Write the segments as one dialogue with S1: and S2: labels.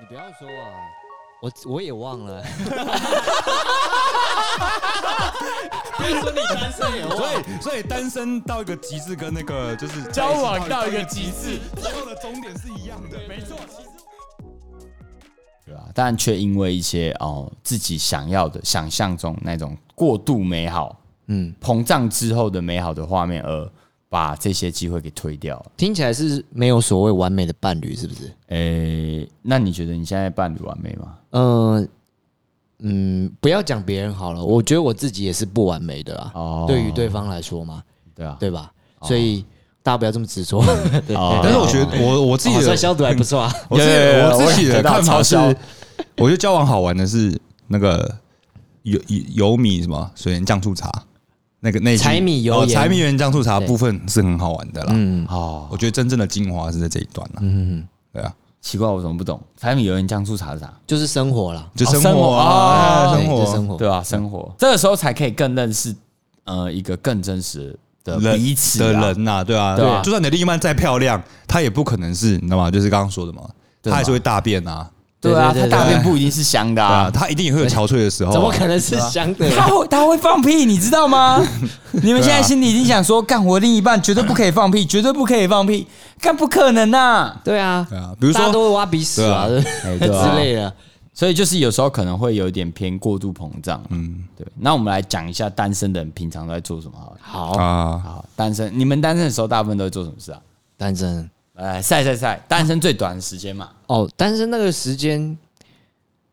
S1: 你不要说啊，我我也忘 了。
S2: 别说你单身 也
S3: 所
S2: 忘，
S3: 以所以单身到一个极致，跟那个就是
S4: 交往到一个极致，
S3: 最后的终点是一样的。
S2: 没错，其实
S4: 对吧？
S5: 啊但却因为一些哦自己想要的、想象中那种过度美好、
S1: 嗯，
S5: 膨胀之后的美好的画面，而把这些机会给推掉了。
S1: 听起来是没有所谓完美的伴侣，是不是？
S5: 诶、那你觉得你现在伴侣完美吗？
S1: 嗯、嗯，不要讲别人好了，我觉得我自己也是不完美的啦。
S5: 哦
S1: 对于对方来说嘛，
S5: 对啊，
S1: 对吧？所以大家不要这么执着。对，
S5: 哦
S3: 哦但是我觉得我我自己
S1: 好
S3: 的
S1: 像消毒还不错啊。
S3: 我自己
S5: 有有有
S3: 我自
S5: 我也
S3: 己的
S5: 得到
S3: 看法
S5: 嘲
S3: 是
S5: 笑，
S3: 我觉得交往好玩的是那个油油油米什么水盐酱醋茶，那个那一集
S1: 柴米油
S3: 哦
S1: 盐
S3: 柴米油盐酱醋茶
S1: 对
S3: 部分是很好玩的啦。
S1: 嗯，
S5: 哦，
S3: 我觉得真正的精华是在这一段啦。
S1: 嗯，
S3: 对啊，
S5: 奇怪，我怎么不懂？柴米油盐酱醋茶是啥？
S1: 就是生活啦，
S3: 就
S5: 哦
S3: 生活啊，
S1: 对
S3: 生
S1: 就生
S3: 活，
S1: 活。
S5: 对啊，生活这个时候才可以更认识呃一个更真实的
S3: 人
S5: 彼此
S3: 的
S5: 啊
S3: 人呐，对啊，
S5: 对啊
S3: 就算你的另一半再漂亮，他也不可能是，你知道吗？就是刚刚说的嘛，
S5: 对嘛
S3: 他还是会大便啊，
S5: 对啊，
S1: 对
S5: 他
S1: 对对
S5: 大便不一定是香的
S3: 对啊，
S5: 啊，
S3: 他一定也会有憔悴的时候啊，
S1: 怎么可能是相对？
S5: 他会他会放屁，你知道吗？你们现在心里已经想说，干我另一半绝对不可以放屁，绝对不可以放屁，干不可能呐。
S1: 对啊，
S3: 对啊比如说
S1: 大家都会挖鼻屎啊
S3: 对
S5: 对啊
S1: 之类的。
S5: 所以就是有时候可能会有一点偏过度膨胀，嗯，对。那我们来讲一下单身的人平常都在做什么好了。
S1: 好，
S3: 啊？
S5: 好，单身，你们单身的时候大部分都会做什么事啊？
S1: 单身
S5: 来晒晒晒，单身最短的时间嘛，
S1: 哦，单身那个时间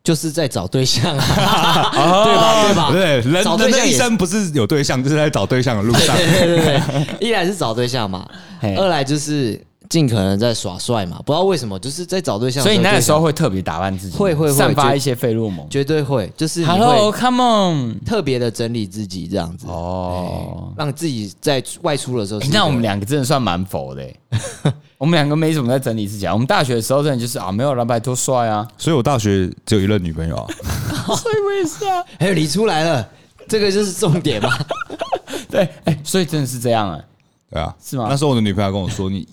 S1: 就是在找对象啊，对吧？对吧？
S3: 对，人
S1: 找
S3: 人
S1: 对象
S3: 的一
S1: 也是
S3: 生不是有对象，就是 在找对象的路 上。
S1: 对对对，一来是找对象嘛，
S5: 嘿
S1: 二来就是尽可能在耍帅嘛。不知道为什么，就是在找对象的
S5: 所
S1: 候，
S5: 以你那个时候
S1: 就
S5: 会特别打扮自己吗，
S1: 会会会
S5: 散发
S1: 就
S5: 一些费洛蒙。
S1: 绝对会，就是你
S5: Hello,
S1: 会
S5: come on！
S1: 特别的整理自己这样子，
S5: 哦，
S1: 让自己在外出的时候哎是
S5: 欸
S1: 一个，
S5: 那我们两个真的算蛮佛的 欸、我们两个没怎么在整理自己啊。我们大学的时候真的就是啊，没有蓝白多 帅啊，
S3: 所以我大学只有一任女朋友啊，
S1: 哎理出来了，这个就是重点嘛。
S5: 对，哎、所以真的是这样啊、
S3: 对啊，
S5: 是吗
S3: 那时候我的女朋友跟我说，你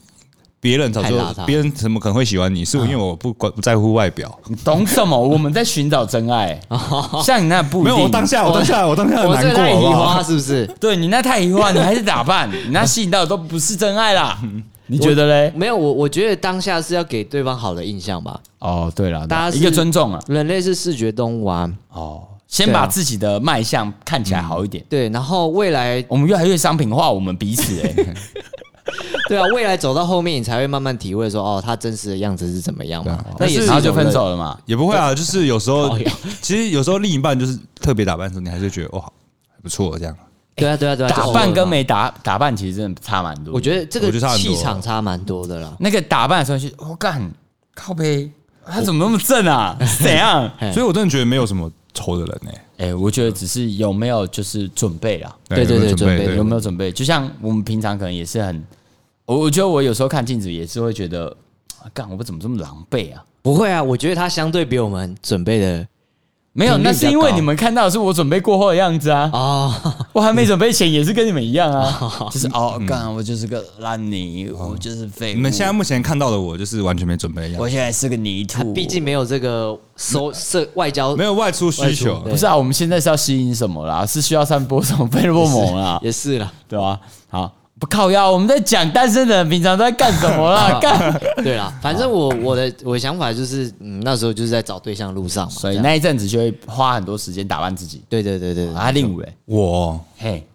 S3: 别人早
S1: 太邋
S3: 就
S1: 遢
S3: 别人怎么可能会喜欢你？是因为我不管不在乎外表。
S5: 你懂什么？我们在寻找真 爱，像你那不一
S3: 没
S5: 定。
S3: 有，我当下我当下我当下很
S1: 我
S3: 难
S1: 最爱
S3: 过，好
S1: 移
S3: 不
S1: 花
S3: 好？
S1: 是不是？
S5: 对你那太移花，你还是打扮，你那吸引到的都不是真爱 啦。
S1: 嗯
S5: 你觉得嘞？
S1: 没有，我我觉得当下是要给对方好的印象吧。
S5: 哦，对了，
S1: 大家是
S5: 一个尊重啊。
S1: 人类是视觉动物啊，
S5: 哦，先
S1: 对啊
S5: 把自己的卖相看起来
S1: 嗯
S5: 好一点。
S1: 对，然后未来
S5: 我们越来越商品化我们彼此、欸，
S1: 对啊，未来走到后面，你才会慢慢体会说，哦，他真实的样子是怎么样嘛。那
S5: 但
S1: 也
S5: 啊是
S1: 是
S5: 然后
S1: 一
S5: 就
S1: 种
S5: 分
S1: 人
S5: 手了嘛。
S3: 也不会啊，就是有时候
S1: 靠腰，
S3: 其实有时候另一半就是特别打扮的时候，你还是觉得哇，哦还不错这样。
S1: 对啊，对啊，对啊，就
S5: 打
S1: 偶尔
S5: 扮
S1: 嘛
S5: 跟没打打扮其实真的差蛮多。
S1: 我觉得这个
S3: 我觉得差很多
S1: 气场差蛮多的啦。
S5: 那个打扮的时候就我干、靠背，他怎么那么正啊？是 怎 样？
S1: 哎
S3: 所以我真的觉得没有什么丑的人欸呢。
S5: 哎、我觉得只是有没有就是准备啦，
S1: 对对
S3: 有没有
S1: 对准备
S5: 有没有准备？就像我们平常可能也是很，我我觉得我有时候看镜子也是会觉得，啊干、我怎么这么狼狈啊？
S1: 不会啊，我觉得他相对比我们准备的
S5: 没有，
S1: 频率
S5: 那
S1: 比较
S5: 是因为
S1: 高
S5: 你们看到的是我准备过后的样子啊，
S1: 哦，
S5: 我还没准备前也是跟你们一样 啊，就是哦，干、我就是个烂泥，我就是废物。
S3: 你们现在目前看到的我就是完全没准备的样
S5: 我
S3: 子，
S5: 现在是个泥
S1: 他
S5: 土，
S1: 毕竟没有这个收社外交
S3: 没有外出需
S1: 外
S3: 求
S1: 出。对
S5: 不是啊，我们现在是要吸引什么啦？是需要散播什么费洛蒙 啦，
S1: 也是啦，
S5: 对吧、好，不靠腰，我们在讲单身的人平常都在干什么 啦？干。
S1: 对啦，反正我我的我的想法就是，嗯，那时候就是在找对象的路上嘛，
S5: 所以
S1: 这样
S5: 那一阵子就会花很多时间打扮自己。
S1: 对对对对对，
S5: 啊，令武欸，
S3: 我
S5: 嘿，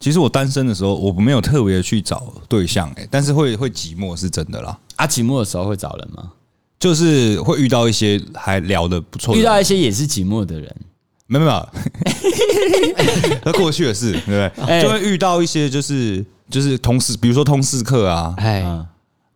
S3: 其实我单身的时候，我没有特别去找对象哎，但是会会寂寞是真的啦。
S5: 啊，寂寞的时候会找人吗？
S3: 就是会遇到一些还聊得不错的
S5: 遇
S3: 人，
S5: 到一些也是寂寞的人，
S3: 没有没有， 那过去的事，对不对？
S5: 哎
S3: 就会遇到一些就是就是同事，比如说通事课啊，
S1: 哎，
S5: 嗯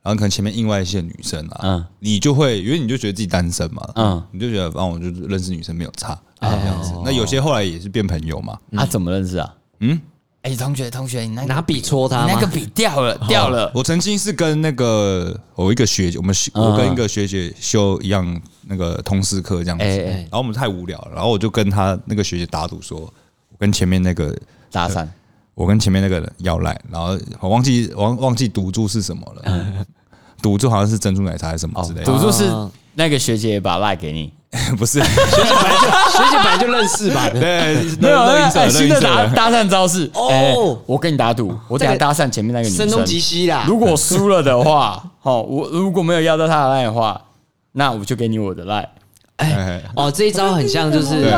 S3: 然后可能前面另外一些女生啊，
S5: 嗯
S3: 你就会因为你就觉得自己单身嘛，
S5: 嗯哦
S3: 你就觉得哦帮我就认识女生没有差这样子。那有些后来也是变朋友嘛，
S5: 啊，怎么认识啊？
S3: 嗯
S5: 嗯，哎，同学，同学，你那个
S1: 拿笔戳他
S5: 你那 个
S1: 吗？
S5: 笔掉了，掉了，
S3: 我曾经是跟那个我一个学姐，我们学
S5: 嗯
S3: 我跟一个学姐修一样那个通识课这样子，
S5: 哎
S1: 哎
S3: 然后我们太无聊了，然后我就跟她那个学姐打赌说，我跟前面那个
S5: 搭讪，
S3: 我跟前面那个人要赖，然后我忘记忘忘记赌注是什么了， 赌注好像是珍珠奶茶还是什么之类的，
S5: 哦赌注是
S1: 啊
S5: 那个学姐把赖给你，
S3: 不是？
S1: 学姐本来就认识吧？
S3: 对，
S5: 没有
S3: 乐
S5: 那
S3: 音社，
S5: 个哎
S3: 乐
S5: 新
S3: 音
S5: 的
S3: 社
S5: 搭搭讪招式
S1: 哦
S5: 哎我跟你打赌，我等下搭讪前面那个女
S1: 声东击
S5: 生，
S1: 西啦。
S5: 如果输了的话， 好，我如果没有要到她的赖的话，那我就给你我的赖。
S3: 哎
S1: 哦，这一招很像就是
S3: 对，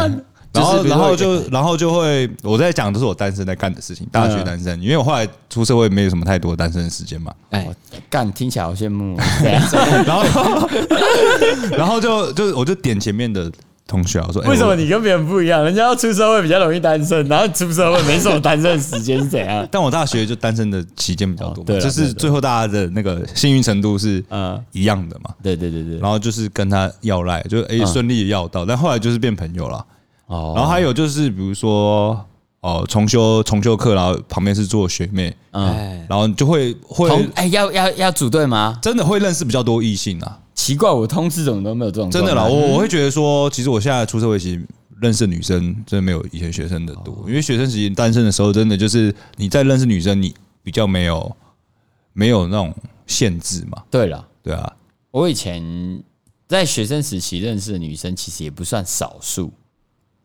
S3: 然后
S1: 就是比如说
S3: 然后就然后就会，我在讲都是我单身在干的事情，大学单身，因为我后来出社会没有什么太多单身的时间嘛，
S1: 哎，
S5: 哦干，听起来好羡慕哦。这样
S3: 然后 然后就就我就点前面的同学啊，我说哎
S5: 为什么
S3: 我？
S5: 你跟别人不一样？人家要出社会比较容易单身，然后出社会没什么单身的时间是怎样
S3: 但我大学就单身的期间比较多
S5: 哦
S3: 嘛，
S5: 对啦
S3: 就是最后大家的那个幸运程度是
S5: 嗯
S3: 一样的嘛。
S5: 对对对对，
S3: 然后就是跟他要赖，就哎顺、利要到，但后来就是变朋友了。
S5: 嗯哦
S3: 然后还有就是比如说哦、重修重修课，然后旁边是做学妹，
S5: 嗯
S1: 哎，
S3: 然后就会会
S5: 同哎、要要要组队吗？
S3: 真的会认识比较多异性啊，
S5: 奇怪，我通知怎么都没有这种
S3: 真的啦，
S5: 状态
S3: 我我会觉得说，其实我现在出社会其实。认识女生真的没有以前学生的多，因为学生时期单身的时候，真的就是你在认识女生，你比较没有没有那种限制嘛，
S5: 对了，
S3: 对啊，
S5: 我以前在学生时期认识的女生其实也不算少数，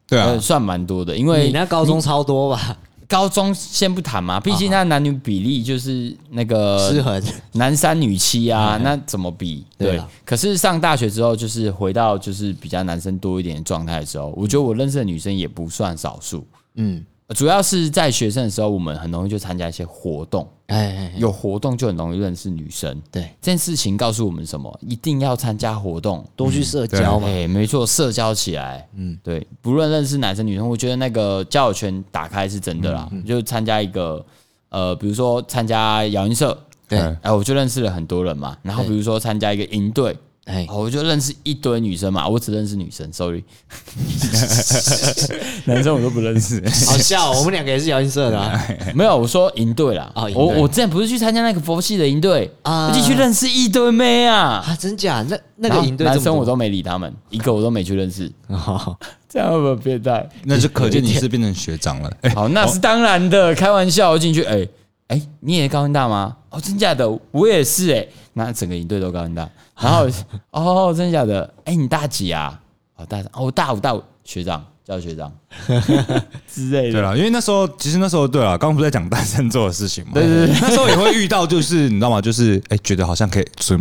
S3: 对啊
S5: 呃，，算蛮多的，因
S1: 你
S5: 为
S1: 那啊高中超多吧？
S5: 高中先不谈嘛，毕竟那男女比例就是那个
S1: 失衡，
S5: 男三女七啊，那怎么比？
S1: 嗯对
S5: 对
S1: 啊，
S5: 可是上大学之后，就是回到就是比较男生多一点的状态的时候，我觉得我认识的女生也不算少数。
S1: 嗯，
S5: 主要是在学生的时候，我们很容易就参加一些活动，
S1: 哎哎，哎
S5: 有活动就很容易认识女生。
S1: 对，
S5: 这件事情告诉我们什么？一定要参加活动，
S1: 多去社交嘛。
S5: 哎、没错，社交起来，嗯，对，不论认识男生女生，我觉得那个交友圈打开是真的啦，就参加一个，呃，比如说参加摇音社，
S1: 对，
S3: 哎
S5: 哎、我就认识了很多人嘛，然后比如说参加一个营队。
S1: 哎，
S5: 哦，我就认识一堆女生嘛，我只认识女生，sorry，男生我都不认识。
S1: 好笑哦，我们两个也是摇音社的啊。
S5: 没有，我说营队啦，
S1: 哦营队
S5: 我我之前不是去参加那个佛系的营队，
S1: 啊
S5: 我进去认识一堆妹啊，
S1: 啊，真假？那那个营队
S5: 然
S1: 这
S5: 后男
S1: 么
S5: 生我
S1: 多
S5: 都没理他们，一个我都没去认识，
S1: 哦
S5: 这样会不会变态？
S3: 那就可见你是变成学长了。哎
S5: 好，那是当然的，开玩笑我进去，哎、哎、你也高恩大吗？哦，真假的，我也是哎、那整个营队都高恩大，然后 哦，真假的，哎、你大几啊？哦，大三，哦，我大五大五，学长叫学长 之类
S3: 对
S5: 的，
S3: 啦，因为那时候其实那时候对啦，刚刚不是在讲单身做的事情嘛？对对对，那时候也会遇到，就是你知道吗？就是哎、觉得好像可以追，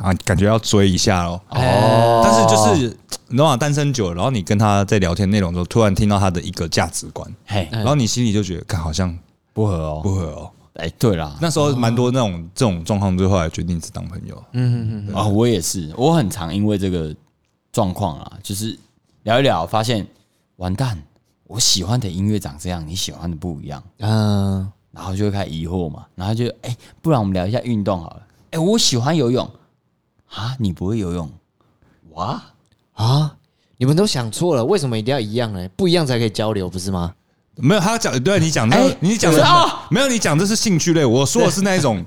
S3: 啊，感觉要追一下哦。
S5: 哦
S3: 但是就是你知道吗？单身久了，然后你跟他在聊天内容中，突然听到他的一个价值观，
S5: 嘿
S3: 然后你心里就觉得，看好像
S5: 不合哦，
S3: 不合哦。
S5: 哎、对啦，
S3: 那时候蛮多那种这种状况，最后来决定只当朋友。
S1: 嗯
S5: 啊、我也是，我很常因为这个状况啊，就是聊一聊，发现完蛋，我喜欢的音乐长这样，你喜欢的不一样，
S1: 嗯，
S5: 然后就会开始疑惑嘛，然后就哎、不然我们聊一下运动好了，哎、我喜欢游泳啊，你不会游泳，哇，
S1: 啊，你们都想错了，为什么一定要一样呢？不一样才可以交流，不是吗？
S3: 没有，他讲对你讲的
S5: 哎，
S3: 你讲的
S5: 是啊
S3: 没有，你讲这是兴趣类，我说的是那一种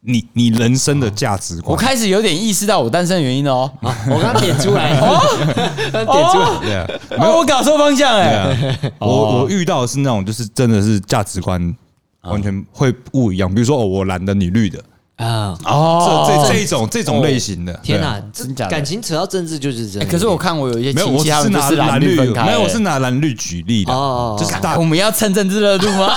S3: 你你人生的价值观。
S5: 我开始有点意识到我单身的原因了哦，
S1: 啊，我刚刚点出 来，刚刚点出来，
S3: 对啊，
S5: 哦，我搞错方向哎、
S3: 对啊， 我我遇到的是那种就是真的是价值观
S5: 啊
S3: 完全会不一样，比如说哦，我蓝的你绿的，
S1: 啊，
S5: 哦
S3: 这这这一种这种类型的，
S1: 天
S3: 对
S1: 哪
S3: 啊！，
S1: 这
S5: 真假的
S1: 感情扯到政治就是这
S5: 哎
S1: 样。
S5: 可是我看我有一些
S3: 没有，
S5: 亲
S3: 我
S5: 戚
S3: 只
S5: 他
S3: 是
S5: 们就
S3: 拿
S5: 是
S3: 蓝绿，
S5: 分开、
S3: 没有，我是
S5: 哎
S3: 拿蓝绿举例的
S1: 哦哦哦，
S3: 就是大
S5: 我，们要蹭政治热度 吗？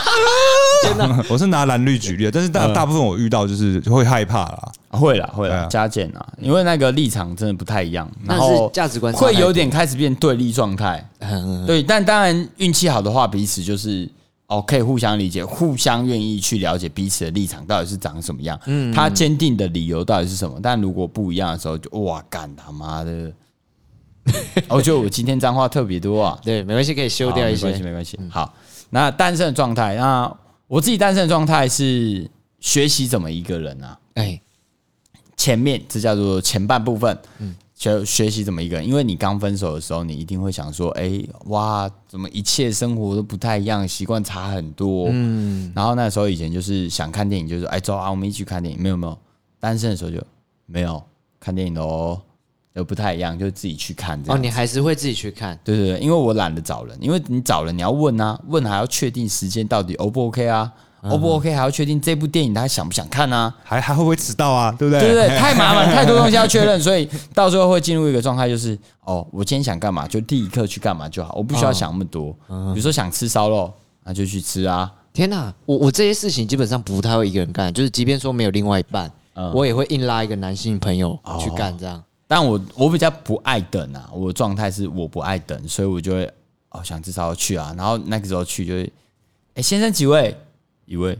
S3: 我是拿蓝绿举例的，但是大大部分我遇到就是会害怕啦，
S5: 会啦，会
S3: 对
S5: 啦，
S3: 啊
S5: 加减啊，因为那个立场真的不太一样，
S1: 那
S5: 然
S1: 是
S5: 后
S1: 价值观差太
S5: 会
S1: 多
S5: 有点开始变对立状态。
S1: 嗯，嗯
S5: 对，但当然运气好的话，彼此就是哦，可以互相理解，互相愿意去了解彼此的立场到底是长什么样，嗯，他坚定的理由到底是什么。但如果不一样的时候，就哇，干他妈的！ 我觉得我今天脏话特别 多啊，
S1: 对，没关系，可以修
S5: 好
S1: 掉一
S5: 没关系，
S1: 些。嗯
S5: 没关系。好，那单身的状态，那我自己单身的状态是学习怎么一个人啊。
S1: 哎，
S5: 前面这叫做前半部分，
S1: 嗯
S5: 学学习怎么一个人，因为你刚分手的时候，你一定会想说，哎、哇，怎么一切生活都不太一样，习惯差很多，嗯，然后那时候以前就是想看电影，就是哎、走啊，我们一起去看电影，没有没有，单身的时候就没有看电影喽，又不太一样，就自己去看这
S1: 哦，
S5: 样。
S1: 你还是会自己去看，
S5: 对对对，因为我懒得找人，因为你找人你要问啊，问还要确定时间到底 O 不 OK 啊， O
S1: 嗯
S5: 不 OK 还要确定这部电影他想不想看啊？
S3: 还还会不会迟到啊？对不对？
S5: 对对对，太麻烦，太多东西要确认，所以到最后会进入一个状态，就是哦，我今天想干嘛就立刻去干嘛就好，我不需要想那么多。比如说想吃烧肉，那就去吃啊。
S1: 天哪，我我这些事情基本上不太会一个人干，就是即便说没有另外一半，
S5: 嗯哦
S1: 我也会硬拉一个男性朋友去干这样。
S5: 但我我比较不爱等啊，我的状态是我不爱等，所以我就会哦想至少要去啊，然后那个时候去就会，哎、先生几位？一位。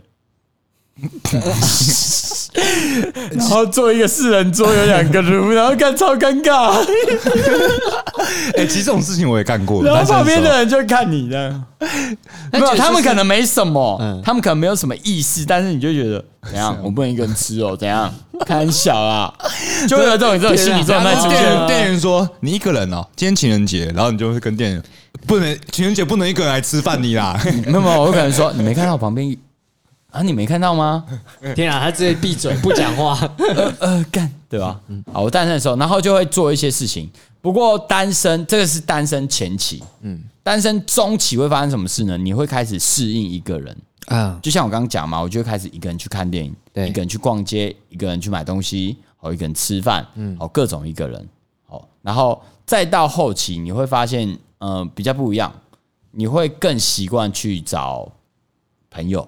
S5: 然后做一个四人桌，有两个人，然后干超尴尬，
S3: 哎、其实这种事情我也干过，
S5: 然
S3: 单
S5: 后
S3: 身
S5: 旁边
S3: 时
S5: 的
S3: 候
S5: 人就看你的，没
S1: 那
S5: 有，
S1: 就是
S5: 他们可能没什么
S1: 嗯，
S5: 他们可能没有什么意识，但是你就觉得怎样，我不能一个人吃哦，怎样，开玩笑啊，就会有这种这种啊心理状态
S3: 然后
S5: 出
S3: 店员
S5: 现。
S3: 店员说：“你一个人哦，今天情人节，然后你就会跟店员不能情人节不能一个人来吃饭你啦。
S5: 没有没有，我可能说你没看到我旁边啊，你没看到吗？
S1: 天啊哪，他直接闭嘴不讲话。
S5: 呃呃，干对吧？好，我单身的时候，然后就会做一些事情。不过单身这个是单身前期，嗯，单身中期会发生什么事呢？你会开始适应一个人，
S1: 嗯，
S5: 就像我刚刚讲嘛，我就会开始一个人去看电影，
S1: 对
S5: 一个人去逛街，一个人去买东西，哦好，一个人吃饭，嗯，好，各种一个人，好，然后再到后期，你会发现，嗯、比较不一样，你会更习惯去找朋友，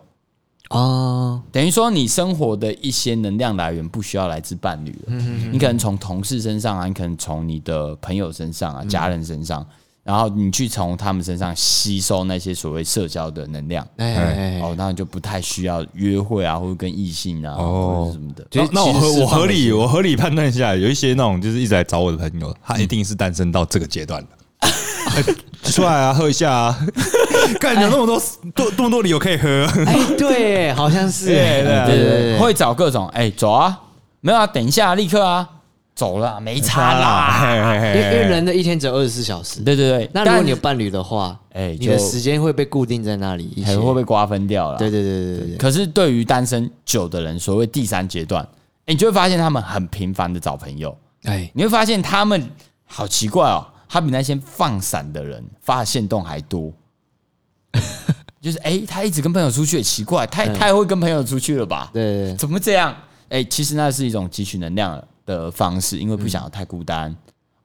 S1: 哦，
S5: 等于说你生活的一些能量来源不需要来自伴侣了，你可能从同事身上啊，你可能从你的朋友身上啊，家人身上，然后你去从他们身上吸收那些所谓社交的能量。
S1: 哎哎，哎
S5: 哦，那你就不太需要约会啊，或者跟异性啊，
S3: 哦
S5: 或者什么的”。
S3: 那那我
S1: 其实
S3: 合
S1: 释
S3: 我
S1: 放
S3: 合
S1: 了
S3: 理我合理判断一下，有一些那种就是一直来找我的朋友，他一定是单身到这个阶段的。出来啊，喝一下啊！干有那么多多那么多理由可以喝，
S1: 哎，对，好像是，
S3: 对对
S1: 哎 对对对，
S5: 会找各种哎、走啊，没有啊，等一下，立刻啊，走了啊、没差 啦。
S3: 嘿嘿嘿
S1: 因为因为人的一天只有二十四小时。
S5: 对对对，
S1: 那如果
S5: 哎但
S1: 你有伴侣的话，
S5: 哎
S1: 你的
S5: 就
S1: 时间会被固定在那里一
S5: 还
S1: 些，
S5: 会被瓜分掉了。
S1: 对对对对对对，
S5: 可是对于单身久的人，所谓第三阶段，哎、你就会发现他们很频繁的找朋友，
S1: 哎，
S5: 你会发现他们好奇怪哦，他比那些放闪的人发的现动还 多。就是哎、他一直跟朋友出去，奇怪，他
S1: 嗯
S5: 也太会跟朋友出去了吧？
S1: 对对对
S5: 怎么这样？哎、其实那是一种汲取能量的方式，因为
S1: 嗯
S5: 不想要太孤单、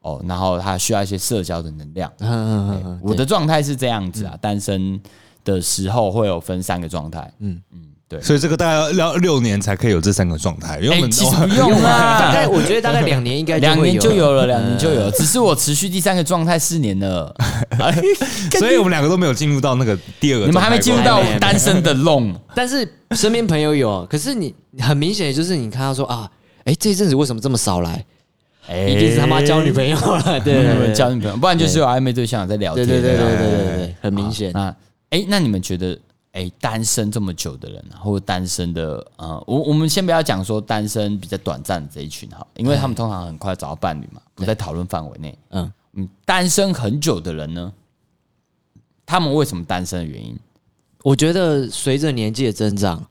S5: 哦，然后他需要一些社交的能量。
S1: 嗯嗯嗯嗯，
S5: 我的状态是这样子啊，单身的时候会有分三个状态，嗯嗯，对，
S3: 所以这个大概要要六年才可以有这三个状态，因为我
S5: 哎，
S3: 们哦
S5: 其实不 用
S1: 大概嗯
S5: 啦，
S1: 我觉得大概两年应该
S5: 两
S1: 会
S5: 年就
S1: 了
S5: 有了，两年就有了，只是我持续第三个状态四年了，哎
S3: 所以我们两个都没有进入到那个第二个，
S5: 你们还没进入到我单身的弄，
S1: 但是身边朋友有，可是你很明显就是你看到说啊，哎、这一阵子为什么这么少来？
S5: 哎
S1: 一定是他妈交女朋友了，对
S5: 你
S1: 对
S5: 们
S3: 哎
S1: 对，
S5: 交女朋友，不然就是有暧昧对象在聊
S1: 对
S5: 天，啊
S1: 对对对对对对，
S3: 啊
S1: 很明显。
S5: 那哎、那你们觉得，哎、单身这么久的人啊，或者单身的，呃，我我们先不要讲说单身比较短暂的这一群哈，因为他们通常很快找到伴侣嘛，不在讨论范围内。
S1: 哎嗯
S5: 嗯，单身很久的人呢，他们为什么单身的原因？
S1: 我觉得随着年纪的增长，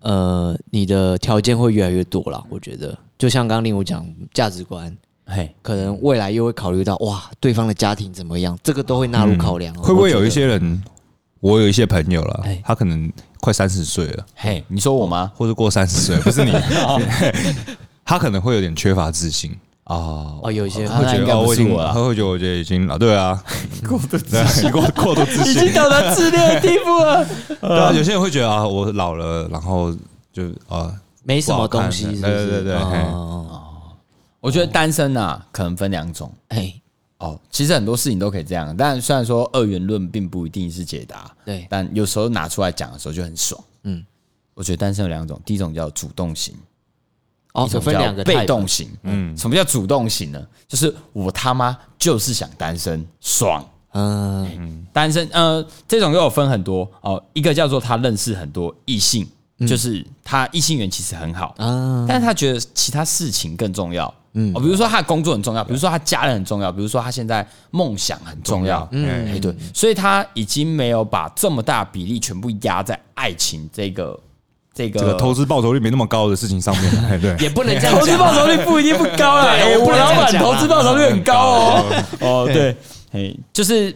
S1: 呃，你的条件会越来越多了。我觉得，就像刚刚令武讲价值观，
S5: 嘿，
S1: 可能未来又会考虑到哇，对方的家庭怎么样，这个都会纳入考量、哦
S3: 会不会
S1: 我觉
S3: 有
S1: 得
S3: 一些人？我有一些朋友了
S1: 哎，
S3: 他可能快三十岁了，
S5: 嘿，你说我
S1: 哦
S5: 吗？
S3: 或者过三十岁，不是你，他可能会有点缺乏自信，
S5: 哦，
S1: 哦，有一些
S5: 啊
S3: 会
S5: 那
S3: 觉
S5: 应
S3: 得
S5: 该
S3: 哦，
S5: 不
S3: 我已
S5: 是
S3: 经，
S5: 我
S3: 他
S5: 了，
S3: 会觉得我觉得已经老，对啊，过度自信，过过度自
S6: 已
S3: 信
S6: 经，到达自恋的地步了。
S3: 对啊，有些人会觉得啊，我老了，然后就啊，
S1: 没什么东西，
S3: 不好
S1: 是不是？
S3: 看对对对对
S1: 哦
S5: 我觉得单身啊，可能分两种。
S1: 哎，
S5: 哦，其实很多事情都可以这样，但虽然说二元论并不一定是解答，
S1: 对
S5: 但有时候拿出来讲的时候就很爽。嗯，我觉得单身有两种，第一种叫主动型，
S1: 哦，
S5: 一种
S1: 分
S5: 叫
S1: 两个
S5: 被
S1: type
S5: 动型。嗯，什么叫主动型呢？就是我他妈就是想单身，爽。
S1: 嗯，
S5: 单身，呃，这种又有分很多哦，一个叫做他认识很多异性，就是他异性缘其实很好，
S1: 啊
S5: 但是他觉得其他事情更重要。嗯，哦，比如说他的工作很重要，比如说他家人很重要，比如说他现在梦想很重要，
S3: 嗯，
S5: 哎，对，所以他已经没有把这么大比例全部压在爱情这个这个
S3: 这个投资报酬率没那么高的事情上面， 哎，对，
S1: 也不能这样
S6: 投资
S1: 讲
S6: 报酬率不一定不高啦，
S1: 对
S6: 哎
S1: 我不
S6: 我
S1: 能
S6: 老
S1: 这样
S6: 板
S1: 讲啊
S5: 哦
S6: 投资报酬率很高哦。
S5: 哦，对，哎，就是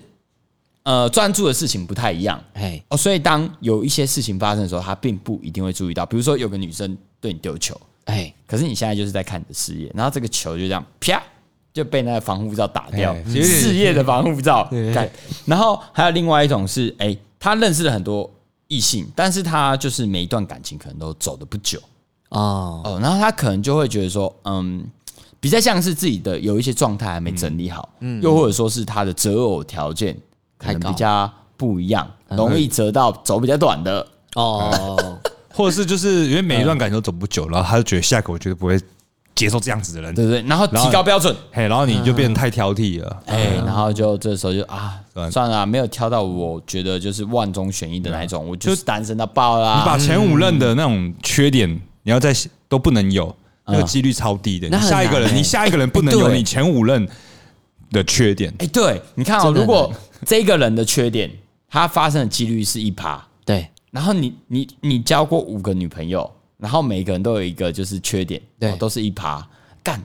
S5: 呃专注的事情不太一样
S1: 嘿，
S5: 哦，所以当有一些事情发生的时候，他并不一定会注意到。比如说有个女生对你丢球，
S1: 哎，
S5: 可是你现在就是在看你的事业，然后这个球就这样啪就被那个防护罩打掉
S3: 哎，有点
S5: 事业的防护罩。干然后还有另外一种是，哎、他认识了很多异性，但是他就是每一段感情可能都走的不久
S1: 哦，
S5: 哦，然后他可能就会觉得说，嗯。比较像是自己的有一些状态还没整理好，又或者说是他的择偶条件可能
S1: 太高
S5: 比较不一样，容易择到走比较短的，
S1: 哦，
S3: 或者是就是因为每一段感情都走不久，然后他就觉得下个我绝对不会接受这样子的人，
S5: 对不对？然后
S3: 然后
S5: 提高标准，
S3: 嘿，然后你就变得太挑剔了。
S5: 哎、然后就这时候就啊
S3: 算，了
S5: 算了啊，没有挑到我觉得就是万中选一的那一种，我就是单身到爆啦。
S3: 你把前五任的那种缺点，你要在都不能有，那个几率超低的。
S1: 那
S3: 你
S1: 很
S3: 下一个
S1: 难
S3: 人，
S1: 欸
S3: 你下一个人不能有
S5: 哎对
S3: 你前五任的缺点，
S5: 哎、对，你看哦，
S1: 真的很
S5: 如果这个人的缺点，他发生的几率是一趴，
S1: 对
S5: 然后你你你交过五个女朋友，然后每个人都有一个就是缺点，
S1: 对
S5: 哦都是一趴，干，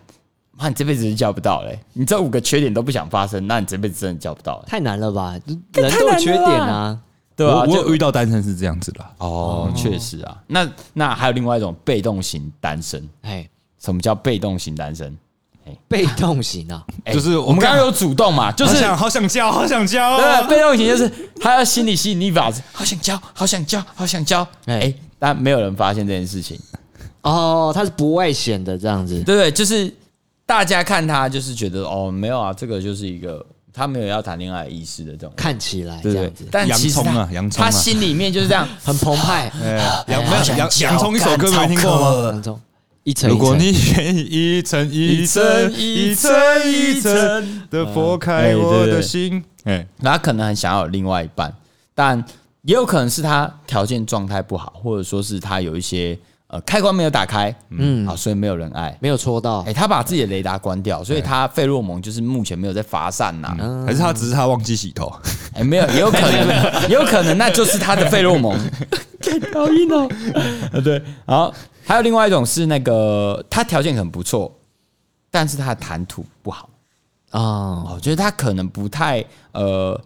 S5: 妈你这辈子就交不到嘞、你这五个缺点都不想发生，那你这辈子真的交不到、欸。
S1: 太难了吧？人都有缺点啊，
S5: 对啊，
S3: 我我
S5: 就
S3: 有遇到单身是这样子啦，
S5: 哦，确实啊。那那还有另外一种被动型单身，
S1: 哎，
S5: 什么叫被动型单身？
S1: 被动型啊，
S5: 哎
S3: 就是
S5: 我们刚刚有主动嘛，就
S3: 好
S5: 是
S3: 想好想交，好想交
S5: 对啊
S3: 哦，
S5: 被动型就是他要心理吸引力法则，好想交，好想交，好想交，
S1: 哎
S5: 哎，但没有人发现这件事情，
S1: 哦，他是不外显的这样子，
S5: 对不对？就是大家看他就是觉得哦，没有啊，这个就是一个他没有要谈恋爱的意思的这种，
S1: 看起来
S5: 对
S1: 这
S5: 不
S1: 样
S5: 对
S1: 子？
S5: 但其实
S3: 洋葱啊
S5: 他
S3: 洋葱啊
S5: 他心里面就是 这样，
S1: 很澎湃，
S3: 洋没有洋洋葱一首歌没听过吗？
S1: 当中一层
S3: 如
S1: 一
S3: 果
S1: 层，
S3: 你愿意一层一层一层一层的拨开我的心，哎，
S5: 然后他可能很想要有另外一半，但也有可能是他条件状态不好，或者说是他有一些呃开关没有打开，嗯，好，所以没有人爱。
S1: 没有戳到
S5: 哎、，他把自己的雷达关掉，所以他费洛蒙就是目前没有在发散呐、哎、
S3: 还是他嗯只是他忘记洗头，
S5: 没有，也有可 能，也有可能，那就是他的费洛蒙。好硬哦。对，然后还有另外一种是那个他条件很不错，但是他的谈吐不好，
S1: 哦，
S5: 哦，就是他可能不太呃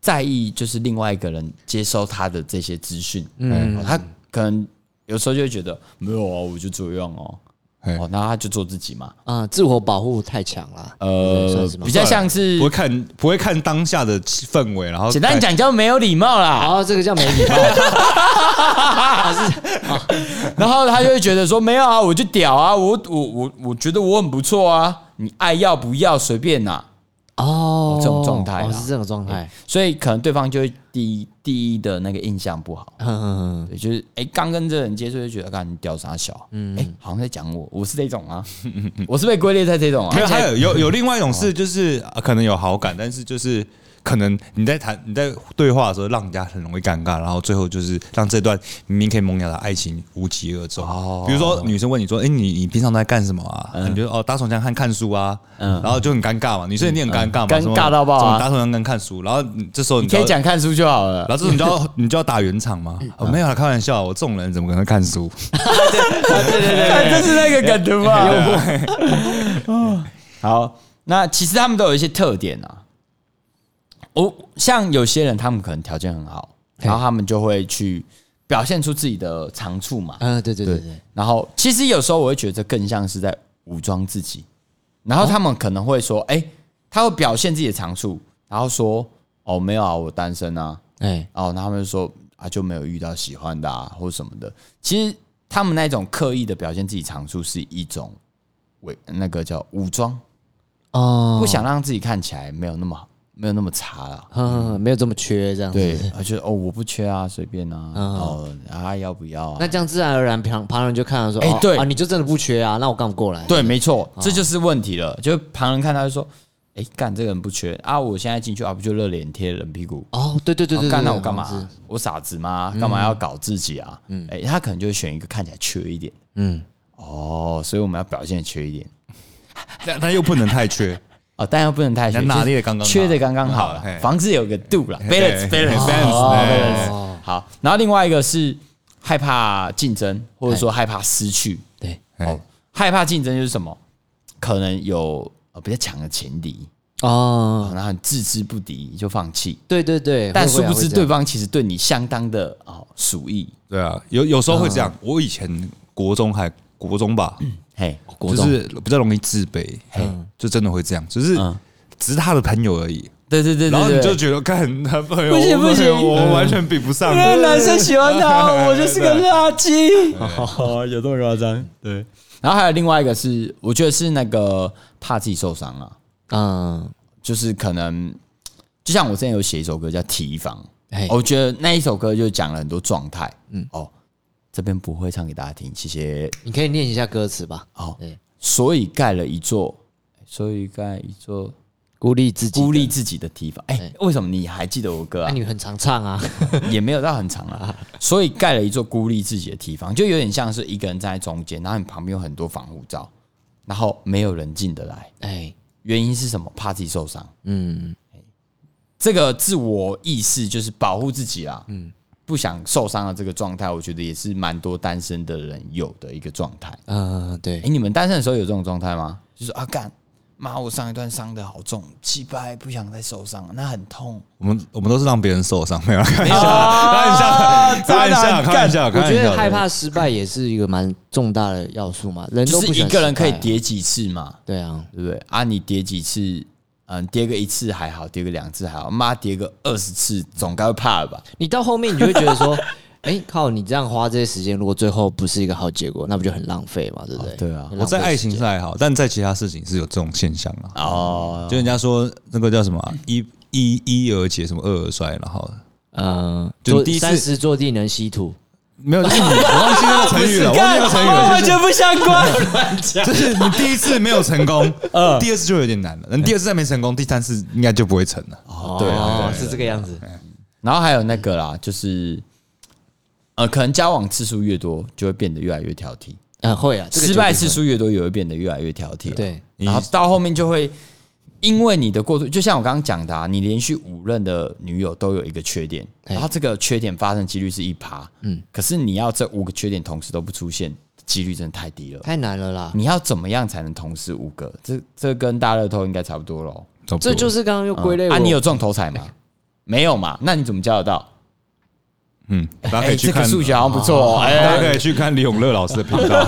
S5: 在意，就是另外一个人接收他的这些资讯，嗯、他可能有时候就会觉得没有啊，我就这样哦，
S3: 哎
S5: 哦，那他就做自己嘛。
S1: 啊，自我保护太强了，对
S5: 呃
S1: 算是，吗
S5: 比较像是
S3: 不会看不会看当下的氛围，然后
S5: 简单讲叫没有礼貌啦。
S1: 哦，这个叫没礼貌，
S5: 然后他就会觉得说没有啊，我就屌啊，我我我我觉得我很不错啊，你爱要不要随便呐、
S1: 哦，
S5: 这种状态啦
S1: 哦是这种状态，
S5: 所以可能对方就会第一第一的那个印象不好，
S1: 嗯嗯嗯
S5: 对，就是哎，刚、跟这个人接触就觉得，干你屌啥小，嗯，哎、好像在讲我，我是这种啊， 我是被归类在这 种啊
S3: 没，有，还有有有另外一种
S5: 哦
S3: 是，就是、啊可能有好感，但是就是可能你在谈你在对话的时候，让人家很容易尴尬，然后最后就是让这段明明可以萌芽的爱情无疾而终。
S5: 哦
S3: 比如说女生问你说：“哎、你你平常都在干什么啊？”
S5: 嗯
S3: 你就哦打手枪和看书啊，然后就很尴尬嘛，女生一定很尴尬嘛，
S5: 嗯
S3: 什么
S5: 尴尬到爆啊
S3: 什么打手枪跟看书，然后你这时候你
S5: 你
S3: 就
S5: 可
S3: 要
S5: 以讲嗯看书就好了。
S3: 然后这种你就要 你就要打圆场嘛？哦，没有啦，开玩笑，我这种人怎么可能看书？
S5: 这是那个梗图吧？ 哦好，那其实他们都有一些特点啊。哦，像有些人他们可能条件很好，然后他们就会去表现出自己的长处嘛。
S1: 嗯，对对对对，
S5: 然后其实有时候我会觉得这更像是在武装自己。然后他们可能会说：“哎、他会表现自己的长处，然后说：‘哦，没有啊，我单身啊。’
S1: 哎，
S5: 哦，那他们就说啊，就没有遇到喜欢的啊，或什么的。其实他们那种刻意的表现自己长处是一种伪，那个叫武装，
S1: 哦，
S5: 不想让自己看起来没有那么好，没有那么差啦。
S1: 嗯，没有这么缺这样
S5: 对
S1: 子。，
S5: 啊，就是哦，我不缺啊，随便啊，哦啊，要不要
S1: 那
S5: 啊？
S1: 这样自然而然，旁旁人就看到说，
S5: 哎
S1: 哦
S5: 对
S1: 啊，你就真的不缺啊，那我干嘛过来？
S5: 对，没错，这就是问题了。就是旁人看他就说，哎，干这个人不缺啊，我现在进去啊，不就热脸贴冷屁股？
S1: 哦，对对对对，
S5: 哦
S1: 对
S5: 干那
S1: 对
S5: 我干嘛
S1: 好像是
S5: 啊？我傻子吗？干嘛要搞自己啊？嗯，哎，他可能就会选一个看起来缺一点。
S1: 嗯，
S5: 哦，所以我们要表现得缺一点
S3: 但但又不能太缺，
S5: 哦，但又不能太缺，
S3: 能拿捏得刚刚好
S5: 就是缺的刚刚好了
S3: 嘿，
S5: 房子有个度了
S3: 对
S5: ，balance balance
S3: 对 balance，
S5: 哦
S3: 对
S5: balance 好，然后另外一个是害怕竞争，或者说害怕失去。
S1: 对，
S3: 哎
S5: 哦，害怕竞争就是什么？可能有呃比较强的情敌，
S1: 哦，
S5: 然后很自知不敌就放弃。
S1: 对对对，
S5: 但
S1: 会
S5: 殊
S1: 会啊会
S5: 不知
S1: 这样
S5: 对方其实对你相当的哦鼠疫，
S3: 对啊，有有时候会这样。我以前国中还国中吧，
S5: 嘿，
S1: 国
S3: 就
S1: 中
S3: 是比较容易自卑，就真的会这样，只是
S5: 嗯
S3: 只是他的朋友而已。
S5: 对对对
S3: 然后
S5: 对
S3: 你就
S5: 对，
S3: 觉得，看他朋友，
S6: 不行
S3: 我
S6: 不行
S3: 朋友我完全比不上。
S6: 因为男生喜欢 他，我就是个垃圾。
S5: 哦，有这么夸张？对。然后还有另外一个是，我觉得是那个怕自己受伤啊，
S1: 嗯，
S5: 就是可能，就像我之前有写一首歌叫《提防
S1: 嘿》，
S5: 我觉得那一首歌就讲了很多状态，嗯，哦，这边不会唱给大家听，谢谢。
S1: 你可以念一下歌词吧，
S5: 哦
S1: 对，
S5: 所以盖了一座，所以盖一座
S1: 孤立自己，
S5: 孤立。自己的提防。哎，为什么你还记得我歌
S1: 那
S5: 啊？
S1: 你很常唱啊，
S5: 也没有到很长啊，所以盖了一座孤立自己的地方，就有点像是一个人站在中间，然后你旁边有很多防护罩，然后没有人进得来，
S1: 哎，
S5: 原因是什么？怕自己受伤。哎
S1: 嗯，
S5: 这个自我意识就是保护自己啦，嗯，不想受伤的这个状态，我觉得也是蛮多单身的人有的一个状态。
S1: 嗯，对
S5: 哎、，你们单身的时候有这种状态吗？就是啊，干妈，我上一段伤的好重，气败，不想再受伤，那很痛。
S3: 我们我们都是让别人受伤， 没有开玩笑，开玩笑，开玩笑，开玩笑。开
S1: 我
S3: 玩
S1: 觉
S3: 笑
S1: 得害怕失败也是一个蛮重大的要素嘛，人
S5: 就
S1: 都不
S5: 是
S1: 喜
S5: 一
S1: 欢
S5: 个人可以
S1: 失败啊，
S5: 叠几次嘛，
S1: 对啊，
S5: 对不对？啊，你叠几次，嗯，叠个一次还好，叠个两次还好，妈叠个二十次总该会怕了吧？
S1: 你到后面你就会觉得说， 哎、靠，你这样花这些时间，如果最后不是一个好结果，那不就很浪费嘛，对不对？
S5: 哦对啊
S1: 很
S3: 我
S1: 浪费
S3: 在爱情
S1: 时
S3: 是
S1: 间
S3: 还好，但在其他事情是有这种现象啊。
S5: 哦，
S3: 就人家说那个叫什么啊一一一而解，什么二而衰，然后
S1: 呃，
S3: 就
S1: 坐
S3: 第一次
S1: 三十坐地能吸土，
S3: 没有，就是 你我忘记那个成语哦了，我忘记那个成语了，
S6: 完全不相关。
S3: 就是你第一次没有成功，第二次就有点难了。你第二次再没成功，第三次应该就不会成了。
S1: 哦
S5: 对啊
S1: 是这个样子，
S5: 然后还有那个啦，就是呃，可能交往次数越多，就会变得越来越挑剔，
S1: 啊，会啊，这个
S5: 失败
S1: 绝
S5: 次数越多，也会变得越来越挑剔。
S1: 对对，嗯
S5: 然后到后面就会因为你的过度，就像我刚刚讲的、啊，你连续五任的女友都有一个缺点，
S1: 哎
S5: 然后这个缺点发生几率是一趴，嗯，可是你要这五个缺点同时都不出现，几率真的太低了。
S1: 太难了啦。
S5: 你要怎么样才能同时五个？这这跟大乐透应该差不多喽。
S3: 差不多
S1: 这就是刚刚又归类我、哎
S5: 啊，你有中头彩吗？没有嘛？那你怎么交得到？
S3: 嗯，大家可
S5: 哎，
S3: 以去
S5: 这
S3: 看
S5: 个数学好像不错哦。
S3: 大家
S5: 哎，
S3: 可以去看李永乐老师的频道。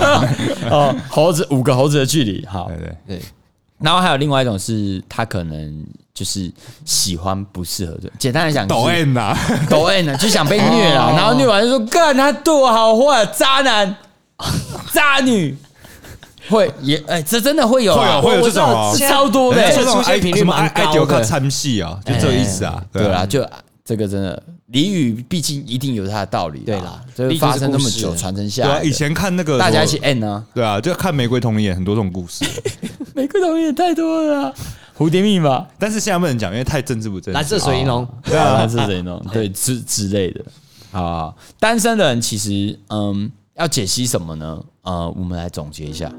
S5: 哦， 猴子五个猴子的距离，好
S1: 哎
S3: 对。对，
S1: 对
S5: 然后还有另外一种是，他可能就是喜欢不适合的。简单来讲，
S3: 抖啊
S5: 就是
S3: M 呐，
S5: 抖 N 啊呢，就想被虐啦，然后虐完就说：“干他对我好坏，渣男、渣女。”会也哎、这真的会有
S3: 会
S5: 啊，
S3: 有会有
S5: 我
S3: 这种啊
S5: 我知道超多的、
S1: 哎
S3: 这
S1: 这
S3: 种
S1: 出现频率
S3: 什么
S1: 蛮
S3: 爱爱
S1: 高
S3: 丢
S1: 的
S3: 看参戏啊，就这个意思啊。
S5: 对啦，，就这个真的俚语，毕竟一定有它的道理。
S1: 对啦
S5: 就是发生那么久，
S1: 毕竟是故事
S5: 传承下
S3: 对
S5: 来
S3: 啊，
S5: 的，
S3: 以前看那个
S5: 大家一起 N 呢、
S3: 对啊，就看《玫瑰童年》很多这种故事，
S5: 啊，玫瑰童也太多了、蝴蝶密码，
S3: 但是现在不能讲，因为太政治不正确。
S1: 蓝色水银龙，
S3: 哦
S5: 对啊，是谁弄？对之之类的。好好，单身的人其实嗯，要解析什么呢？呃，我们来总结一下。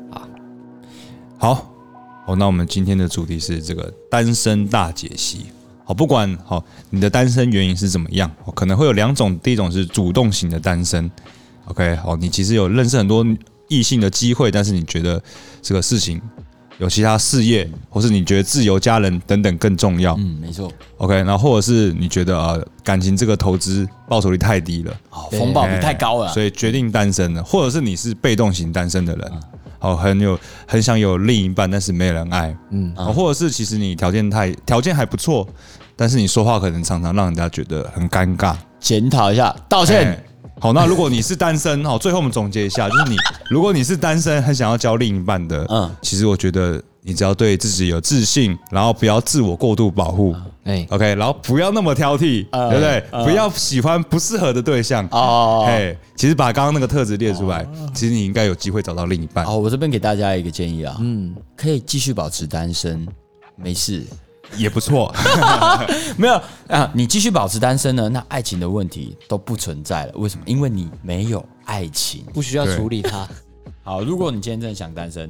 S3: 好，哦，那我们今天的主题是这个单身大解析。好，不管好、你的单身原因是怎么样，哦、可能会有两种，第一种是主动型的单身，OK，好、你其实有认识很多异性的机会，但是你觉得这个事情有其他事业，或是你觉得自由家人等等更重要、
S5: 嗯，没错。
S3: o k 然后或者是你觉得呃感情这个投资报酬率太低了，
S5: 哦，风暴率
S3: 哎
S5: 太高了。
S3: 所以决定单身了，或者是你是被动型单身的
S5: 嗯
S3: 人，哦，很有很想有另一半，但是没人爱，嗯，或者是其实你条件太条件还不错，但是你说话可能常常让人家觉得很尴尬，
S5: 检讨一下，道歉。
S3: 哎好，那如果你是单身，好，最后我们总结 一下，就是你，如果你是单身，很想要交另一半的，嗯
S5: 嗯，
S3: 其实我觉得你只要对自己有自信，然后不要自我过度保护，
S5: 嗯
S1: 哎、
S3: OK，然后不要那么挑剔，对不对？不要喜欢不适合的对象哦
S5: 哦。
S3: 哎，其实把刚刚那个特质列出来，其实你应该有机会找到另一半。
S5: 哦，我这边给大家一个建议啊，嗯，可以继续保持单身，没事。
S3: 也 不错，
S5: 没有啊，你继续保持单身呢，那爱情的问题都不存在了。为什么？因为你没有爱情。
S1: 不需要处理
S3: 哎
S1: 它，
S5: 好，如果你今天真的想单身，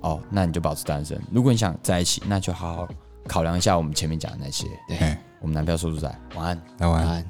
S5: 哦，那你就保持单身；如果你想在一起，那就好好考量一下我们前面讲的那些。
S3: 哎，
S5: 我们男票说出来，晚安。
S3: 来玩。
S1: 啊